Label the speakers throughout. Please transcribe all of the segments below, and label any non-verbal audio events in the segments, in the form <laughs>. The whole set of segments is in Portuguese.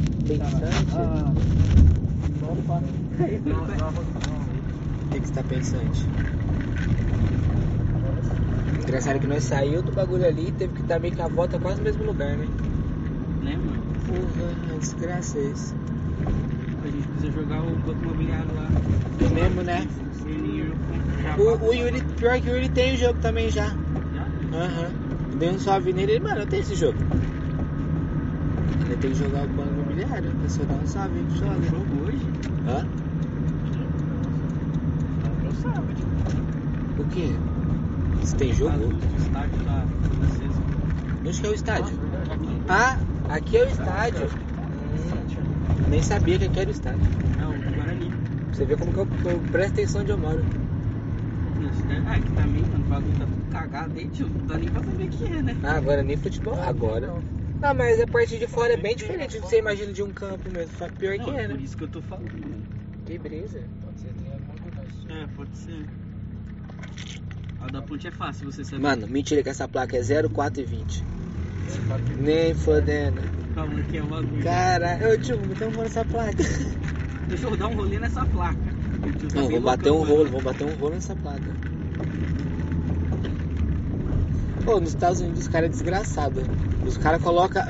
Speaker 1: Pensante? O que, que você tá pensante? Engraçado que nós saiu do bagulho ali e teve que estar meio que a volta quase no mesmo lugar, né?
Speaker 2: Né, mano?
Speaker 1: Porra, desgraça é isso.
Speaker 2: A gente precisa jogar o banco imobiliário lá.
Speaker 1: É mesmo, né?
Speaker 2: Sininho, já
Speaker 1: O, o Yuri, pior que o Yuri tem o jogo também já.
Speaker 2: já?
Speaker 1: Aham. Dei um salve nele, ele, mano, eu tenho esse jogo. Ele tem que jogar o banco imobiliário, é só dar um salve,
Speaker 2: Tem
Speaker 1: joga.
Speaker 2: jogo hoje?
Speaker 1: Hã?
Speaker 2: Eu sábado.
Speaker 1: O quê? Você tem jogo?
Speaker 2: estádio lá, na sexta.
Speaker 1: Onde que é o estádio?
Speaker 2: Tá.
Speaker 1: Ah, aqui é o estádio. Hum, nem sabia que aqui era o estádio.
Speaker 2: Não, do Guarani.
Speaker 1: Pra Você vê como que eu, que eu presto atenção onde eu moro.
Speaker 2: Não, isso deve- Ah, aqui também, mano, o bagulho tá tudo cagado aí, tio. Não dá nem pra saber o que é, né?
Speaker 1: Ah, agora nem futebol. Agora. Ah, mas a parte de fora é bem diferente do que você imagina de um campo mesmo. Só pior que
Speaker 2: Não,
Speaker 1: é,
Speaker 2: Por
Speaker 1: né?
Speaker 2: isso que eu tô falando. né?
Speaker 1: Que brisa.
Speaker 2: É, pode ser. A da ponte é fácil, você sabe.
Speaker 1: Mano, mentira que essa placa é 0420. Nem fodendo.
Speaker 2: Calma, que é o bagulho.
Speaker 1: Cara, eu tio, me tão essa placa. <laughs>
Speaker 2: Deixa eu dar um rolê nessa placa. O tio tá
Speaker 1: Não,
Speaker 2: bem
Speaker 1: vamos bater um
Speaker 2: loucão,
Speaker 1: rolo, vamos bater um rolo nessa placa. Pô, nos Estados Unidos os caras é desgraçado. Os caras colocam.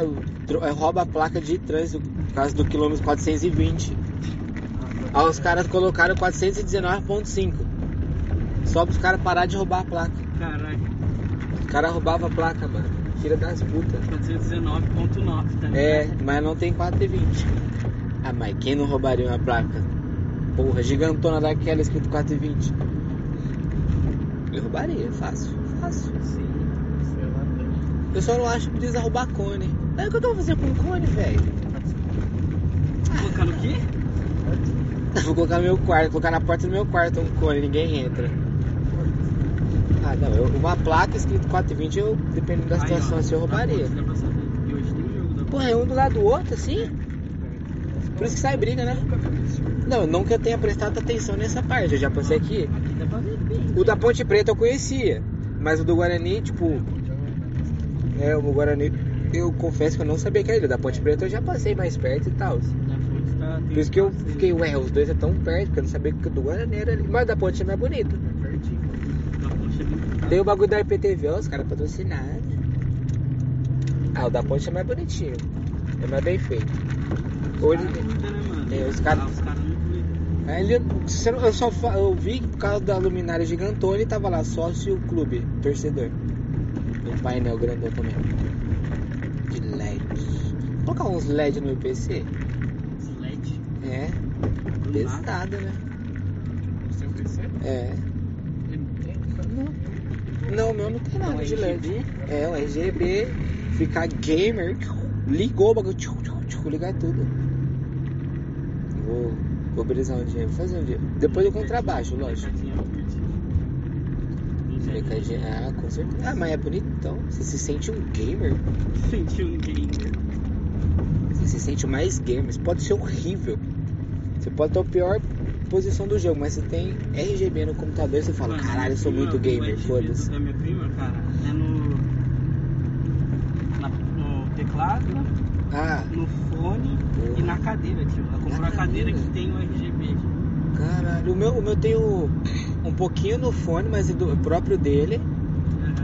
Speaker 1: rouba a placa de trânsito por causa do quilômetro 420. Aí Ah, os caras colocaram 419.5. Só pros caras parar de roubar a placa.
Speaker 2: Caraca,
Speaker 1: Os caras roubavam a placa, mano. Tira das putas.
Speaker 2: 419.9 também.
Speaker 1: É, mas não tem 420. Ah, mas quem não roubaria uma placa? Porra, gigantona daquela escrito 420. Eu roubaria, fácil, fácil.
Speaker 2: Sim.
Speaker 1: Eu só não acho que precisa roubar cone. Aí o que eu vou fazer com um cone, velho? <laughs>
Speaker 2: Colocar no quê?
Speaker 1: Eu Vou colocar no meu quarto, colocar na porta do meu quarto um cone, ninguém entra. Ah, não, eu- uma placa escrito 420, eu, dependendo da situação, assim, eu roubaria.
Speaker 2: Tá Dá pra saber. E hoje tem jogo da
Speaker 1: Porra, é um do lado do outro, assim? Por isso que sai briga, né? Não, não que eu tenha prestado atenção nessa parte, eu já passei é aqui.
Speaker 2: Aqui dá pra ver bem.
Speaker 1: O da Ponte Preta eu conhecia, mas o do Guarani, tipo. É, o Guarani, eu confesso que eu não sabia que era ele. O da Ponte Preta eu já passei mais perto e tal.
Speaker 2: Da fonte tá. tem
Speaker 1: Por isso que eu
Speaker 2: espaço aí.
Speaker 1: fiquei, ué, os dois é tão perto, porque eu não sabia que o do Guarani era ali. Mas o da Ponte é mais bonito.
Speaker 2: Da ponte é bem complicado.
Speaker 1: Tem o bagulho da IPTV, ó, os caras patrocinaram. Ah, o da Ponte é mais bonitinho. É mais bem feito. Hoje.
Speaker 2: Os caras cuidam, né, mano?
Speaker 1: É, os caras-
Speaker 2: Ah, Os caras não cuidam.
Speaker 1: Aí ele- se eu não- eu só fa- eu vi que por causa da luminária gigantona ele tava lá, sócio clube, torcedor. Um painel grandão também. De LED. Colocar uns LED no meu PC?
Speaker 2: Os LED.
Speaker 1: É,
Speaker 2: do nada.
Speaker 1: pesado, né? É. Não, o meu não tem nada
Speaker 2: Então,
Speaker 1: de LED.
Speaker 2: RGB?
Speaker 1: É, o RGB, ficar gamer, ligou o bagulho, tchum, tchum, tchum, ligar tudo. Vou, vou brisar um dia, vou fazer um dia. Depois eu contrabaixo, lógico.
Speaker 2: Mercadinho é um curtinho. Não sei.
Speaker 1: Mercadinho, ah, com certeza. Ah, mas é bonitão. Você se sente um gamer?
Speaker 2: Sentiu ninguém.
Speaker 1: Você se sente mais gamer. Você pode ser horrível. Você pode ter a pior posição do jogo, mas você tem RGB no computador você fala,
Speaker 2: Mano, é
Speaker 1: caralho, eu
Speaker 2: minha
Speaker 1: sou
Speaker 2: prima,
Speaker 1: muito
Speaker 2: o
Speaker 1: gamer,
Speaker 2: RGB
Speaker 1: foda-se.
Speaker 2: Da minha prima, cara, é no. na- no teclado,
Speaker 1: Ah,
Speaker 2: no fone e na cadeira, tio. Ela comprou
Speaker 1: Na
Speaker 2: a
Speaker 1: cadeira?
Speaker 2: cadeira que tem o RGB. tio.
Speaker 1: caralho. O meu, o meu tem o- um pouquinho no fone, mas é do próprio dele.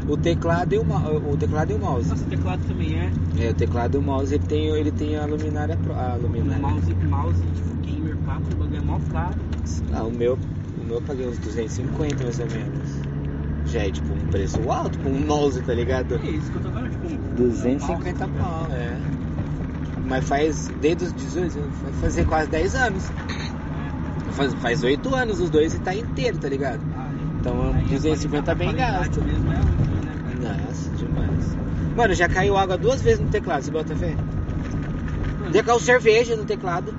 Speaker 2: Aham.
Speaker 1: O teclado e o, ma- o teclado e o mouse.
Speaker 2: Nossa, o teclado também é.
Speaker 1: É, o teclado e o mouse ele tem, ele tem a luminária. pro- A
Speaker 2: No
Speaker 1: luminária.
Speaker 2: um mouse, mouse, tipo, gamer, papo, o bagulho é mó caro.
Speaker 1: Ah, o meu, o meu eu paguei uns 250 mais ou menos. Já é tipo um preço alto, com um mouse, tá ligado?
Speaker 2: É isso que eu tô falando, tipo. um- um
Speaker 1: 250
Speaker 2: mouse,
Speaker 1: pau, é. Mas faz desde os 18, vai fazer quase 10 anos. Faz, faz 8 anos os dois e tá inteiro, tá ligado?
Speaker 2: Ah,
Speaker 1: Então
Speaker 2: aí a
Speaker 1: 250 bem
Speaker 2: qualidade
Speaker 1: gasto.
Speaker 2: mesmo é outra, né, cara?
Speaker 1: Nossa, demais. Mano, já caiu água duas vezes no teclado, você bota fé?
Speaker 2: Mano,
Speaker 1: Já caiu cerveja no teclado.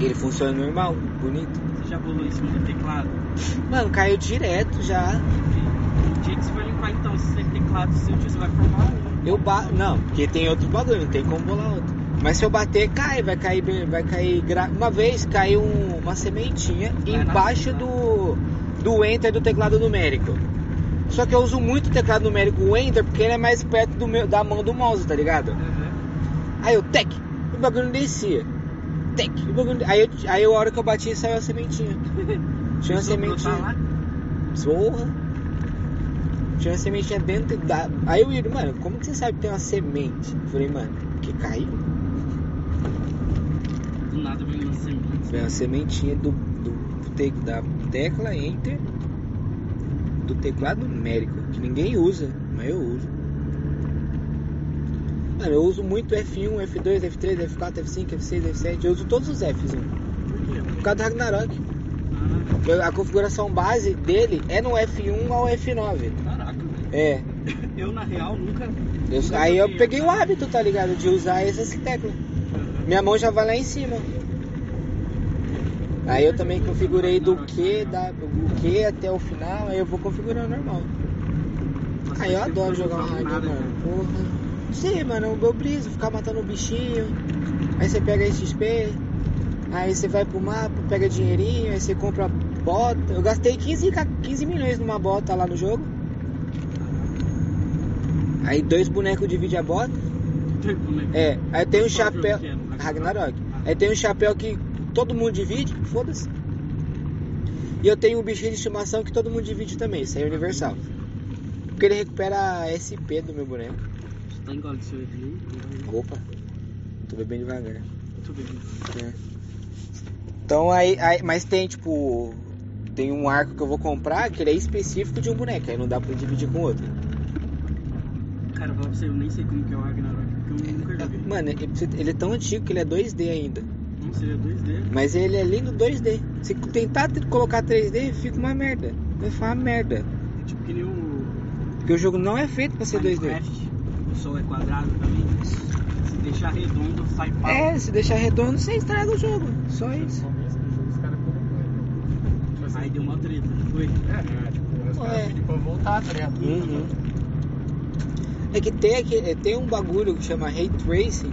Speaker 1: Ele funciona normal, bonito.
Speaker 2: Você já bolou em cima do teclado?
Speaker 1: Mano, caiu direto já.
Speaker 2: O dia que você for limpar então esse teclado seu, tio, você vai formar um.
Speaker 1: Eu bato. Não, porque tem outro bagulho, não tem como bolar outro. Mas se eu bater, cai, vai cair. bem- Vai cair gra- Uma vez caiu um- uma sementinha
Speaker 2: Vai né?
Speaker 1: embaixo
Speaker 2: nascer,
Speaker 1: do. do enter do teclado numérico. Só que eu uso muito o teclado numérico o Enter porque ele é mais perto do meu, da mão do mouse, tá ligado?
Speaker 2: Uhum.
Speaker 1: Aí eu tec, e o bagulho não descia. Tec, e o bagulho. Aí, eu, aí a hora que eu bati saiu a sementinha. <laughs> Tinha uma
Speaker 2: Isso brotar
Speaker 1: sementinha.
Speaker 2: lá?
Speaker 1: Zorra. Tinha uma sementinha dentro da. Aí o Iro, mano, como que você sabe que tem uma semente? Eu falei, mano, que caiu?
Speaker 2: Do nada vem uma semente.
Speaker 1: Foi uma sementinha do, do, do te- da tecla Enter do teclado numérico, que ninguém usa, mas eu uso. Mano, eu uso muito F1, F2, F3, F4, F5, F6, F7, eu uso todos os Fs, mano,
Speaker 2: Por
Speaker 1: por
Speaker 2: quê?
Speaker 1: causa do Ragnarok.
Speaker 2: Ah,
Speaker 1: Eu- A configuração base dele é no F1 ao F9.
Speaker 2: Ah, caraca, velho.
Speaker 1: É,
Speaker 2: Eu, na real, nunca.
Speaker 1: eu-
Speaker 2: nunca
Speaker 1: aí eu
Speaker 2: joguei.
Speaker 1: peguei o hábito, tá ligado, de usar essas teclas.
Speaker 2: Uhum.
Speaker 1: Minha mão já vai lá em cima. Aí eu também configurei do que, da, o que até o final, aí eu vou configurando normal.
Speaker 2: Nossa,
Speaker 1: Aí eu
Speaker 2: faz tempo
Speaker 1: adoro
Speaker 2: que eu
Speaker 1: jogar
Speaker 2: não
Speaker 1: um
Speaker 2: jogo
Speaker 1: rádio,
Speaker 2: nada,
Speaker 1: mano. Porra. Sim, mano, o meu briso, ficar matando o bichinho. Aí você pega XP, aí você vai pro mapa, pega dinheirinho, aí você compra bota. Eu gastei 15, ca- 15 milhões numa bota lá no jogo. Aí dois bonecos dividem a bota.
Speaker 2: Tipo, né?
Speaker 1: É, aí tem um
Speaker 2: Qual jogo
Speaker 1: chapéu.
Speaker 2: que é?
Speaker 1: Ragnarok. Aí tem um chapéu que todo mundo divide, foda-se. E eu tenho um bichinho de estimação que todo mundo divide também, isso aí é universal. Porque ele recupera a SP do meu boneco.
Speaker 2: Você tá engolindo seu vinho?
Speaker 1: Opa, tô bebendo devagar.
Speaker 2: Muito bem.
Speaker 1: Então aí, aí- mas tem tipo. Tem um arco que eu vou comprar que ele é específico de um boneco, aí não dá pra dividir com outro.
Speaker 2: Cara, eu vou pra você, eu nem sei como que é o Ragnarok, porque eu nunca joguei.
Speaker 1: Mano, ele ele é tão antigo que ele é 2D ainda.
Speaker 2: Não seria 2D?
Speaker 1: Mas ele é lindo 2D. Se tentar t- colocar 3D, fica uma merda. Vai ficar uma merda.
Speaker 2: É tipo que nem o
Speaker 1: Porque o jogo não é feito pra ser 2D.
Speaker 2: O sol é quadrado também. Se deixar redondo, sai pau.
Speaker 1: É, se deixar redondo, você estraga o jogo. Só isso.
Speaker 2: Aí deu uma treta, não foi?
Speaker 3: É, tipo, os caras
Speaker 1: É.
Speaker 3: pediram pra eu voltar, tá ligado?
Speaker 1: Uhum. É que tem, aqui, é, tem um bagulho que chama Ray Tracing.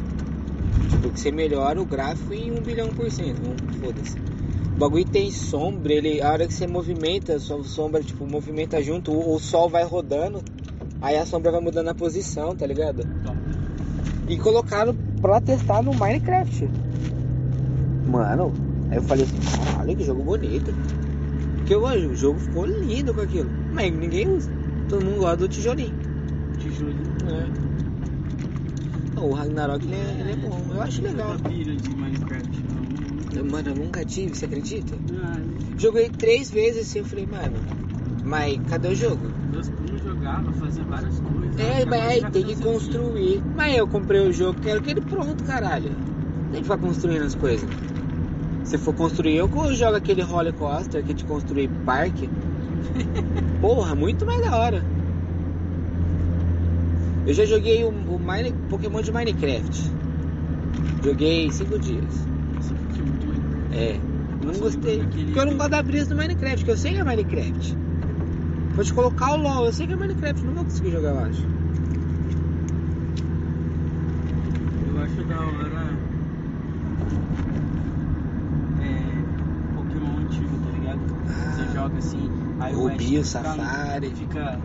Speaker 1: Tipo, que você melhora o gráfico em 1 bilhão por cento. Hum, Foda-se. O bagulho tem sombra, ele, a hora que você movimenta, a sua sombra, tipo, movimenta junto, o, o sol vai rodando, aí a sombra vai mudando a posição, tá ligado?
Speaker 2: Top.
Speaker 1: E colocaram pra testar no Minecraft. Mano, aí eu falei assim, caralho, que jogo bonito. Porque hoje o jogo ficou lindo com aquilo. Mas ninguém usa. Todo mundo gosta do tijolinho.
Speaker 2: Tijolinho.
Speaker 1: Ah, O Ragnarok ele é, ele é bom, eu acho legal.
Speaker 2: Essa pilha de Minecraft.
Speaker 1: Eu, Mano, eu nunca tive, você acredita?
Speaker 2: Não, não. Ah,
Speaker 1: Joguei três vezes assim, eu falei, mano, mas cadê o jogo?
Speaker 2: meus primos jogavam, faziam várias coisas.
Speaker 1: É, mas
Speaker 2: Cada um
Speaker 1: aí
Speaker 2: já
Speaker 1: tem
Speaker 2: fez
Speaker 1: que
Speaker 2: seu filho.
Speaker 1: construir. Mas eu comprei o jogo, quero que ele pronto, caralho. Tem que ficar construindo as coisas. Se for construir, eu co- jogo aquele roller coaster que te construir parque. Porra, muito mais da hora. Eu já joguei o, o Mine- Pokémon de Minecraft. Joguei cinco dias.
Speaker 2: Nossa, eu curti muito Minecraft.
Speaker 1: É. Não
Speaker 2: Nossa,
Speaker 1: gostei.
Speaker 2: lembra daquele-
Speaker 1: Porque eu não gosto da brisa do Minecraft, que eu sei que é Minecraft. Vou te colocar o LOL, eu sei que é Minecraft, não vou conseguir jogar, eu acho.
Speaker 2: Eu acho da hora. É. Pokémon antigo, tá ligado? Você joga assim. Aí o Ash
Speaker 1: Rubi, o
Speaker 2: fica-
Speaker 1: Ah, Safari.
Speaker 2: Fica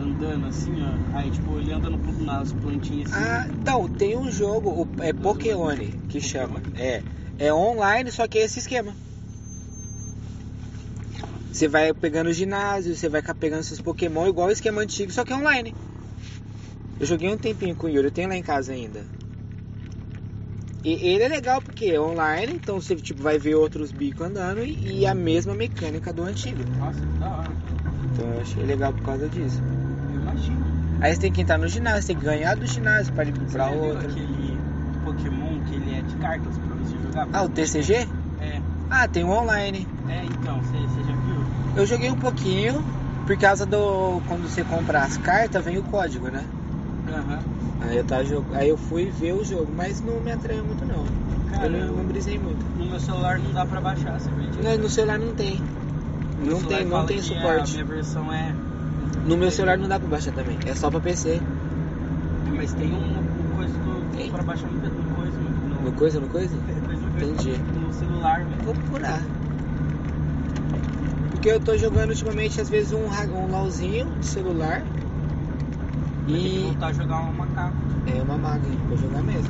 Speaker 2: andando assim, ó. Aí tipo, ele anda no, nas plantinhas assim.
Speaker 1: Ah, então, tem um jogo, o- é Pokéone, que chama. É. É online, só que é esse esquema. Você vai pegando ginásio, você vai ca- pegando seus Pokémon igual o esquema antigo, só que é online. Eu joguei um tempinho com o Yuri, eu tenho lá em casa ainda. E ele é legal porque é online, então você tipo, vai ver outros bicos andando e, e a mesma mecânica do antigo.
Speaker 2: Nossa, que da hora.
Speaker 1: Então eu achei legal por causa disso.
Speaker 2: Eu imagino.
Speaker 1: Aí você tem que entrar no ginásio, tem que ganhar do ginásio para ir
Speaker 2: Você
Speaker 1: pra
Speaker 2: já viu
Speaker 1: outro.
Speaker 2: aquele Pokémon que ele é de cartas pra você jogar?
Speaker 1: Ah, o TCG?
Speaker 2: É.
Speaker 1: Ah, tem um online.
Speaker 2: É, então, você você já viu?
Speaker 1: Eu joguei um pouquinho, por causa do. Quando você compra as cartas, vem o código, né?
Speaker 2: Aham.
Speaker 1: Aí eu, tava, jog- aí eu fui ver o jogo, mas não me atraiu muito não.
Speaker 2: Cara,
Speaker 1: eu não, não brisei muito.
Speaker 2: no meu celular não dá pra baixar, você acredita?
Speaker 1: No, no celular não tem.
Speaker 2: Meu
Speaker 1: Não
Speaker 2: celular
Speaker 1: tem, não
Speaker 2: fala
Speaker 1: tem
Speaker 2: que é A
Speaker 1: suporte.
Speaker 2: minha versão é.
Speaker 1: No meu celular não dá pra baixar também. É só pra PC.
Speaker 2: Mas tem uma uma coisa do,
Speaker 1: Tem.
Speaker 2: pra baixar muita coisa, mano.
Speaker 1: No coisa, no coisa?
Speaker 2: Depois eu vejo
Speaker 1: Entendi.
Speaker 2: No celular, velho.
Speaker 1: Vou procurar. Porque eu tô jogando ultimamente, às vezes, um, ra- um LOLzinho de celular.
Speaker 2: Vai ter é
Speaker 1: E
Speaker 2: que voltar a jogar um macaco.
Speaker 1: é uma maga aí pra jogar mesmo.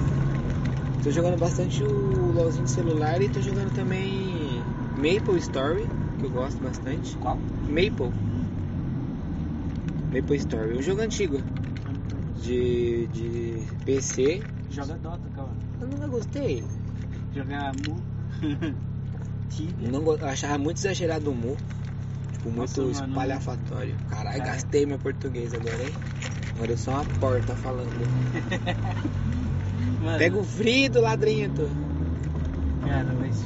Speaker 1: Tô jogando bastante o LOLzinho de celular e tô jogando também Maple Story, que eu gosto bastante.
Speaker 2: Qual?
Speaker 1: Maple. Maple Story, um jogo antigo de, de PC.
Speaker 2: Joga Dota, cara.
Speaker 1: Eu nunca gostei.
Speaker 2: Joga Mu. Tibia.
Speaker 1: Não, go- eu achava muito exagerado o Mu. Tipo, muito
Speaker 2: Nossa, mano.
Speaker 1: espalhafatório. Caralho,
Speaker 2: Cara.
Speaker 1: gastei meu português agora, hein? Agora eu sou uma porta falando.
Speaker 2: Mano,
Speaker 1: Pega o frido, ladrinho.
Speaker 2: Cara, mas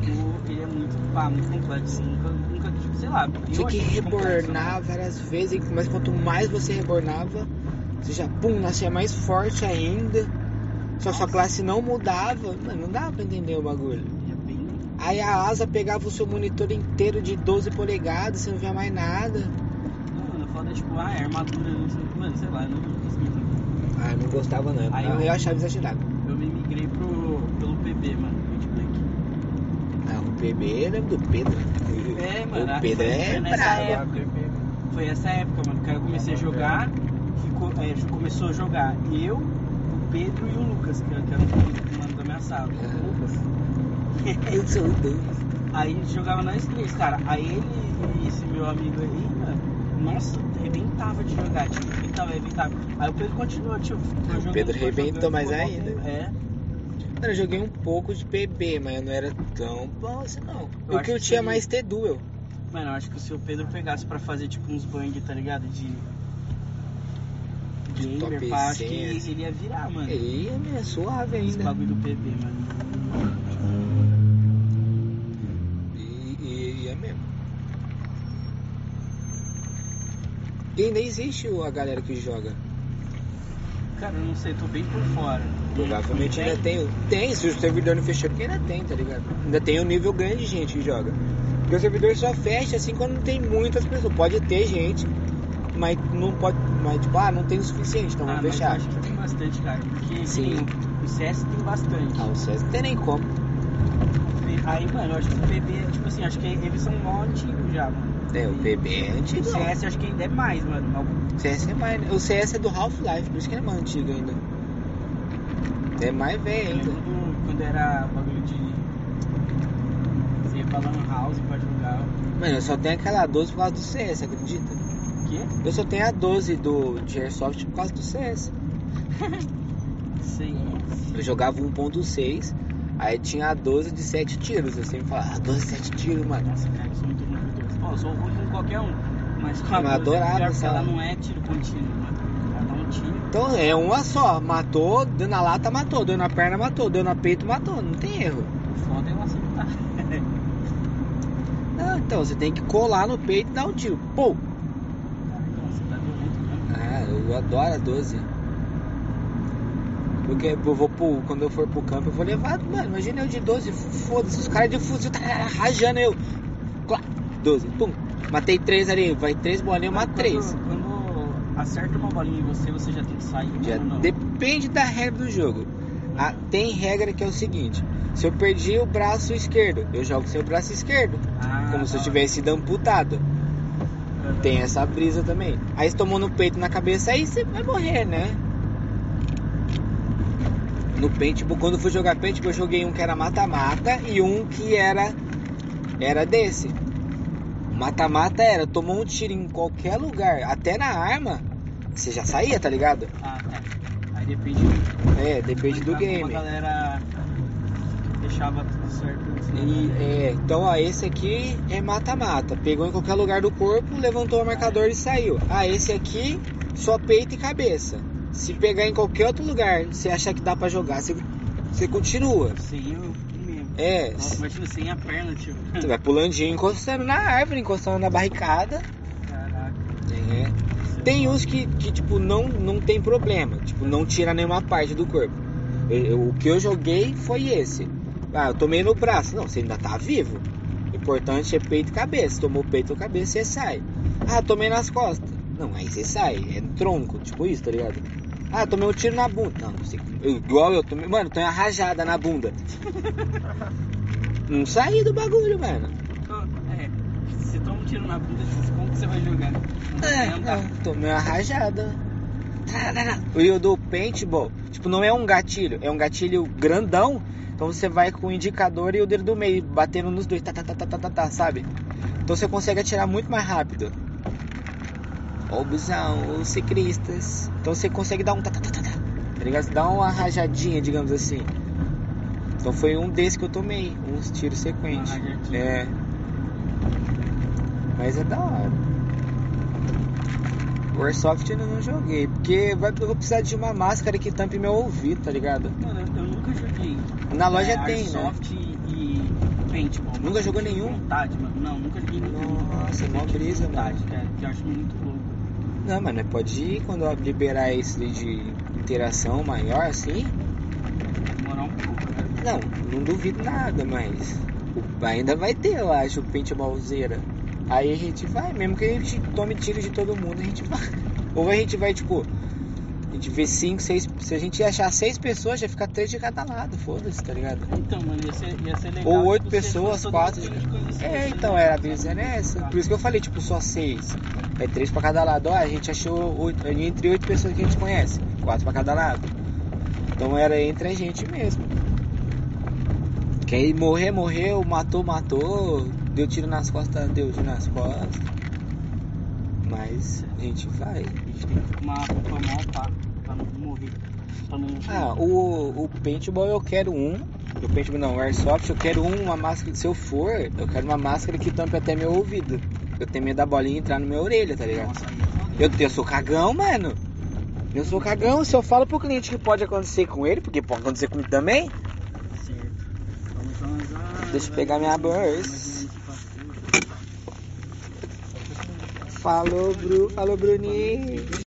Speaker 2: tipo, o Mu, ele é muito, pá, muito complexo. Nunca, nunca, tipo, sei lá. eu
Speaker 1: Tinha que
Speaker 2: achei muito complexo, né?
Speaker 1: rebornar várias vezes, mas quanto mais você rebornava, você já, pum, nascia mais forte ainda. Só sua classe não mudava. Mano, não dava pra entender o bagulho.
Speaker 2: Ele é bem-
Speaker 1: Aí a asa pegava o seu monitor inteiro de 12 polegadas, você não via mais nada.
Speaker 2: Mano, foda, tipo, ah, é armadura, não sei, mano, sei lá, eu não consegui.
Speaker 1: Ah, eu não gostava não.
Speaker 2: Aí
Speaker 1: eu,
Speaker 2: eu-
Speaker 1: eu achava exagerado.
Speaker 2: Eu me migrei pro, pelo PB, mano, Point Blank.
Speaker 1: Ah, o PB, eu lembro do Pedro.
Speaker 2: É, mano,
Speaker 1: O
Speaker 2: a-
Speaker 1: Pedro
Speaker 2: foi-
Speaker 1: é
Speaker 2: foi nessa
Speaker 1: brabo.
Speaker 2: época. Foi essa época, mano, que eu comecei a jogar, ficou, é, começou a jogar eu, o Pedro e o Lucas, que era que era o mano da minha sala. O Lucas.
Speaker 1: Ah. <laughs> Eu sou doido.
Speaker 2: Aí jogava nós três, cara. Aí ele e esse meu amigo aí, mano, nossa, arrebentava de jogar, tipo, arrebentava, arrebentava. Aí o Pedro continuou, tipo, ficou jogando.
Speaker 1: Pedro
Speaker 2: ficou
Speaker 1: arrebentou
Speaker 2: jogando,
Speaker 1: mais
Speaker 2: ficou bom
Speaker 1: ainda.
Speaker 2: tempo. É,
Speaker 1: Mano, eu joguei um pouco de PB, mas eu não era tão bom assim não.
Speaker 2: Eu
Speaker 1: o que
Speaker 2: acho
Speaker 1: eu
Speaker 2: que
Speaker 1: tinha
Speaker 2: sim.
Speaker 1: mais T-Duel.
Speaker 2: mano, eu acho que se o Pedro pegasse pra fazer, tipo, uns bang, tá ligado? De.
Speaker 1: De
Speaker 2: Gamer,
Speaker 1: top
Speaker 2: pá, acho que
Speaker 1: 100, assim.
Speaker 2: ele ia virar, mano.
Speaker 1: Ele é suave
Speaker 2: Esse
Speaker 1: ainda.
Speaker 2: bagulho do PB, mano.
Speaker 1: E, e- e é mesmo. E nem existe o- a galera que joga.
Speaker 2: Cara, eu não sei, tô bem por fora.
Speaker 1: Provavelmente ainda tem. o- Tem, se o servidor não fechou, porque ainda tem, tá ligado? Ainda tem um nível grande de gente que joga. Porque o servidor só fecha assim quando não tem muitas pessoas. Pode ter gente, mas não pode. Mas tipo, ah, não tem o suficiente, então
Speaker 2: Ah,
Speaker 1: vamos
Speaker 2: mas eu
Speaker 1: fechar.
Speaker 2: acho que tem bastante, cara. Porque
Speaker 1: Sim.
Speaker 2: tem- o CS tem bastante.
Speaker 1: Ah, o César não tem nem como.
Speaker 2: Aí, mano, eu acho que o PB, tipo assim, acho que eles são mó antigos já, mano.
Speaker 1: É, o PB é
Speaker 2: O
Speaker 1: antigo.
Speaker 2: CS eu acho que ainda é mais, mano. Algum-
Speaker 1: O CS é mais. O CS é do Half-Life, por isso que ele é mais antigo ainda. É mais velho
Speaker 2: Eu
Speaker 1: ainda.
Speaker 2: lembro do- quando era bagulho de. Você ia pra Lan House pra jogar.
Speaker 1: Mano, eu só tenho aquela 12 por causa do CS, acredita?
Speaker 2: O quê?
Speaker 1: Eu só tenho a 12 do de Airsoft por causa do CS.
Speaker 2: Sei.
Speaker 1: Eu jogava 1.6, aí tinha a 12 de 7 tiros. Eu sempre falava, ah, 12 de 7 tiros, mano.
Speaker 2: Nossa, cara, eu sou muito ruim com dois. Ó, eu sou ruim com qualquer um. Mas com a
Speaker 1: Eu
Speaker 2: doze é
Speaker 1: adorava
Speaker 2: pior, porque
Speaker 1: essa-
Speaker 2: ela não é tiro contínuo, mano. Ela dá um tiro.
Speaker 1: Então é uma só, matou, deu na lata, matou, deu na perna, matou, deu na peito, matou, não tem erro.
Speaker 2: O foda é ela <laughs> acertar.
Speaker 1: Não, então você tem que colar no peito e dar um tiro. Pô!
Speaker 2: Nossa, tá violento mesmo.
Speaker 1: Ah, eu adoro a 12. Porque eu vou pro, quando eu for pro campo, eu vou levar, mano, imagina eu de 12, foda-se, os caras de fuzil tá rajando eu. Clá, 12, pum, matei 3 ali, vai 3 bolinhas, eu mato
Speaker 2: Quando-
Speaker 1: 3.
Speaker 2: Quando acerta uma bolinha em você, você já tem que sair.
Speaker 1: Já
Speaker 2: mano, não.
Speaker 1: depende da regra do jogo. Ah, tem regra que é o seguinte: se eu perdi o braço esquerdo, eu jogo sem o braço esquerdo,
Speaker 2: Ah,
Speaker 1: como se eu
Speaker 2: da hora.
Speaker 1: tivesse sido amputado. Tem essa brisa também. Aí se tomou no peito na cabeça, aí você vai morrer, né? No paintball, quando eu fui jogar paintball, eu joguei um que era mata-mata e um que era era desse. Mata-mata era, tomou um tiro em qualquer lugar, até na arma, você já saía, tá ligado?
Speaker 2: Ah, tá. Aí depende do
Speaker 1: É, depende do
Speaker 2: A
Speaker 1: game.
Speaker 2: galera deixava tudo certo.
Speaker 1: E,
Speaker 2: Assim.
Speaker 1: é, então, ó, esse aqui é mata-mata. Pegou em qualquer lugar do corpo, levantou o marcador e saiu. Ah, esse aqui, só peito e cabeça. Se pegar em qualquer outro lugar, você achar que dá pra jogar, você, você continua.
Speaker 2: Sem eu mesmo.
Speaker 1: É,
Speaker 2: Nossa,
Speaker 1: você
Speaker 2: imagina sem a perna, tipo.
Speaker 1: vai pulandinho, encostando na árvore, encostando na barricada.
Speaker 2: <laughs> Caraca.
Speaker 1: É.
Speaker 2: isso é-
Speaker 1: Tem uns que, que tipo, não, não tem problema. Tipo, não tira nenhuma parte do corpo. Eu- eu- o que eu joguei foi esse. Ah, eu tomei no braço. Não, você ainda tá vivo. O importante é peito e cabeça. Tomou peito ou cabeça, você sai. Ah, tomei nas costas. Não, aí você sai. É no tronco, tipo isso, tá ligado? Ah, tomei um tiro na bunda. Não, não sei. eu- igual eu tomei. Mano, tem uma rajada na um- bunda. Não saí do bagulho, mano.
Speaker 2: É. Você toma um tiro na bunda, tipo, como que você vai jogar? Não dá
Speaker 1: É, Tá,
Speaker 2: tempo, tá?
Speaker 1: não, tomei uma rajada. E o do paintball, tipo, não é um gatilho, é um gatilho grandão. Então você vai com o indicador e o dedo do meio, batendo nos dois, tá, tá, tá, tá, tá, tá, tá, sabe? Então você consegue atirar muito mais rápido. Ó o busão, os ciclistas. Então você consegue dar um tá, tá, tá, tá, tá, tá ligado? Você Dá uma rajadinha, digamos assim. Então foi um desses que eu tomei, uns tiros sequentes.
Speaker 2: Uma rajadinha.
Speaker 1: É. Mas é da hora. Warsoft eu ainda não joguei, porque vai, eu vou precisar de uma máscara que tampe meu ouvido, tá ligado?
Speaker 2: Mano, eu, eu nunca joguei.
Speaker 1: Na loja
Speaker 2: é,
Speaker 1: tem, né?
Speaker 2: Airsoft e, e paintball. mas
Speaker 1: Nunca
Speaker 2: eu
Speaker 1: jogou
Speaker 2: tive
Speaker 1: nenhum?
Speaker 2: Vontade, mano. Não, nunca joguei nenhum.
Speaker 1: Nossa,
Speaker 2: Eu
Speaker 1: mó
Speaker 2: tive
Speaker 1: brisa,
Speaker 2: vontade, cara, que eu acho muito louco.
Speaker 1: Não, mas nós pode ir quando eu liberar isso de- de interação maior, assim.
Speaker 2: Vai demorar um pouco, cara.
Speaker 1: Não, não duvido nada, mas ainda vai ter, eu acho, o paintballzeira. Aí a gente vai, mesmo que a gente tome tiro de todo mundo, a gente <laughs> vai. Ou a gente vai, tipo, a gente vê cinco, seis. Se a gente achar seis pessoas, já fica três de cada lado, foda-se, tá ligado?
Speaker 2: Então, mano, ia ser, ia ser legal.
Speaker 1: Ou oito
Speaker 2: tipo, se eles
Speaker 1: pessoas,
Speaker 2: fossem
Speaker 1: quatro.
Speaker 2: todos de conhecer,
Speaker 1: É,
Speaker 2: assim,
Speaker 1: então,
Speaker 2: né?
Speaker 1: era a brisa era essa. Por isso que eu falei, tipo, só seis. É três pra cada lado. Ó, a gente achou oito, é entre oito pessoas que a gente conhece. Quatro pra cada lado. Então era entre a gente mesmo. Quem morrer, morreu. Matou, matou. Deu tiro nas costas, deu tiro nas costas. Mas a gente vai.
Speaker 2: A gente tem que tomar roupa mal pra, tá? pra não morrer. Pra não
Speaker 1: Ah, o, o paintball eu quero um. O paintball não, o airsoft eu quero um, uma máscara. Se eu for, eu quero uma máscara que tampe até meu ouvido. Eu tenho medo da bolinha entrar na minha orelha, tá ligado?
Speaker 2: Nossa, aí é foda.
Speaker 1: Eu, eu sou cagão, mano. Eu sou cagão. Se eu falo pro cliente que pode acontecer com ele, porque pode acontecer comigo também.
Speaker 2: Certo. Vamos transar.
Speaker 1: Deixa eu pegar minha bolsa. Falou, Bru. Falou, Bruninho.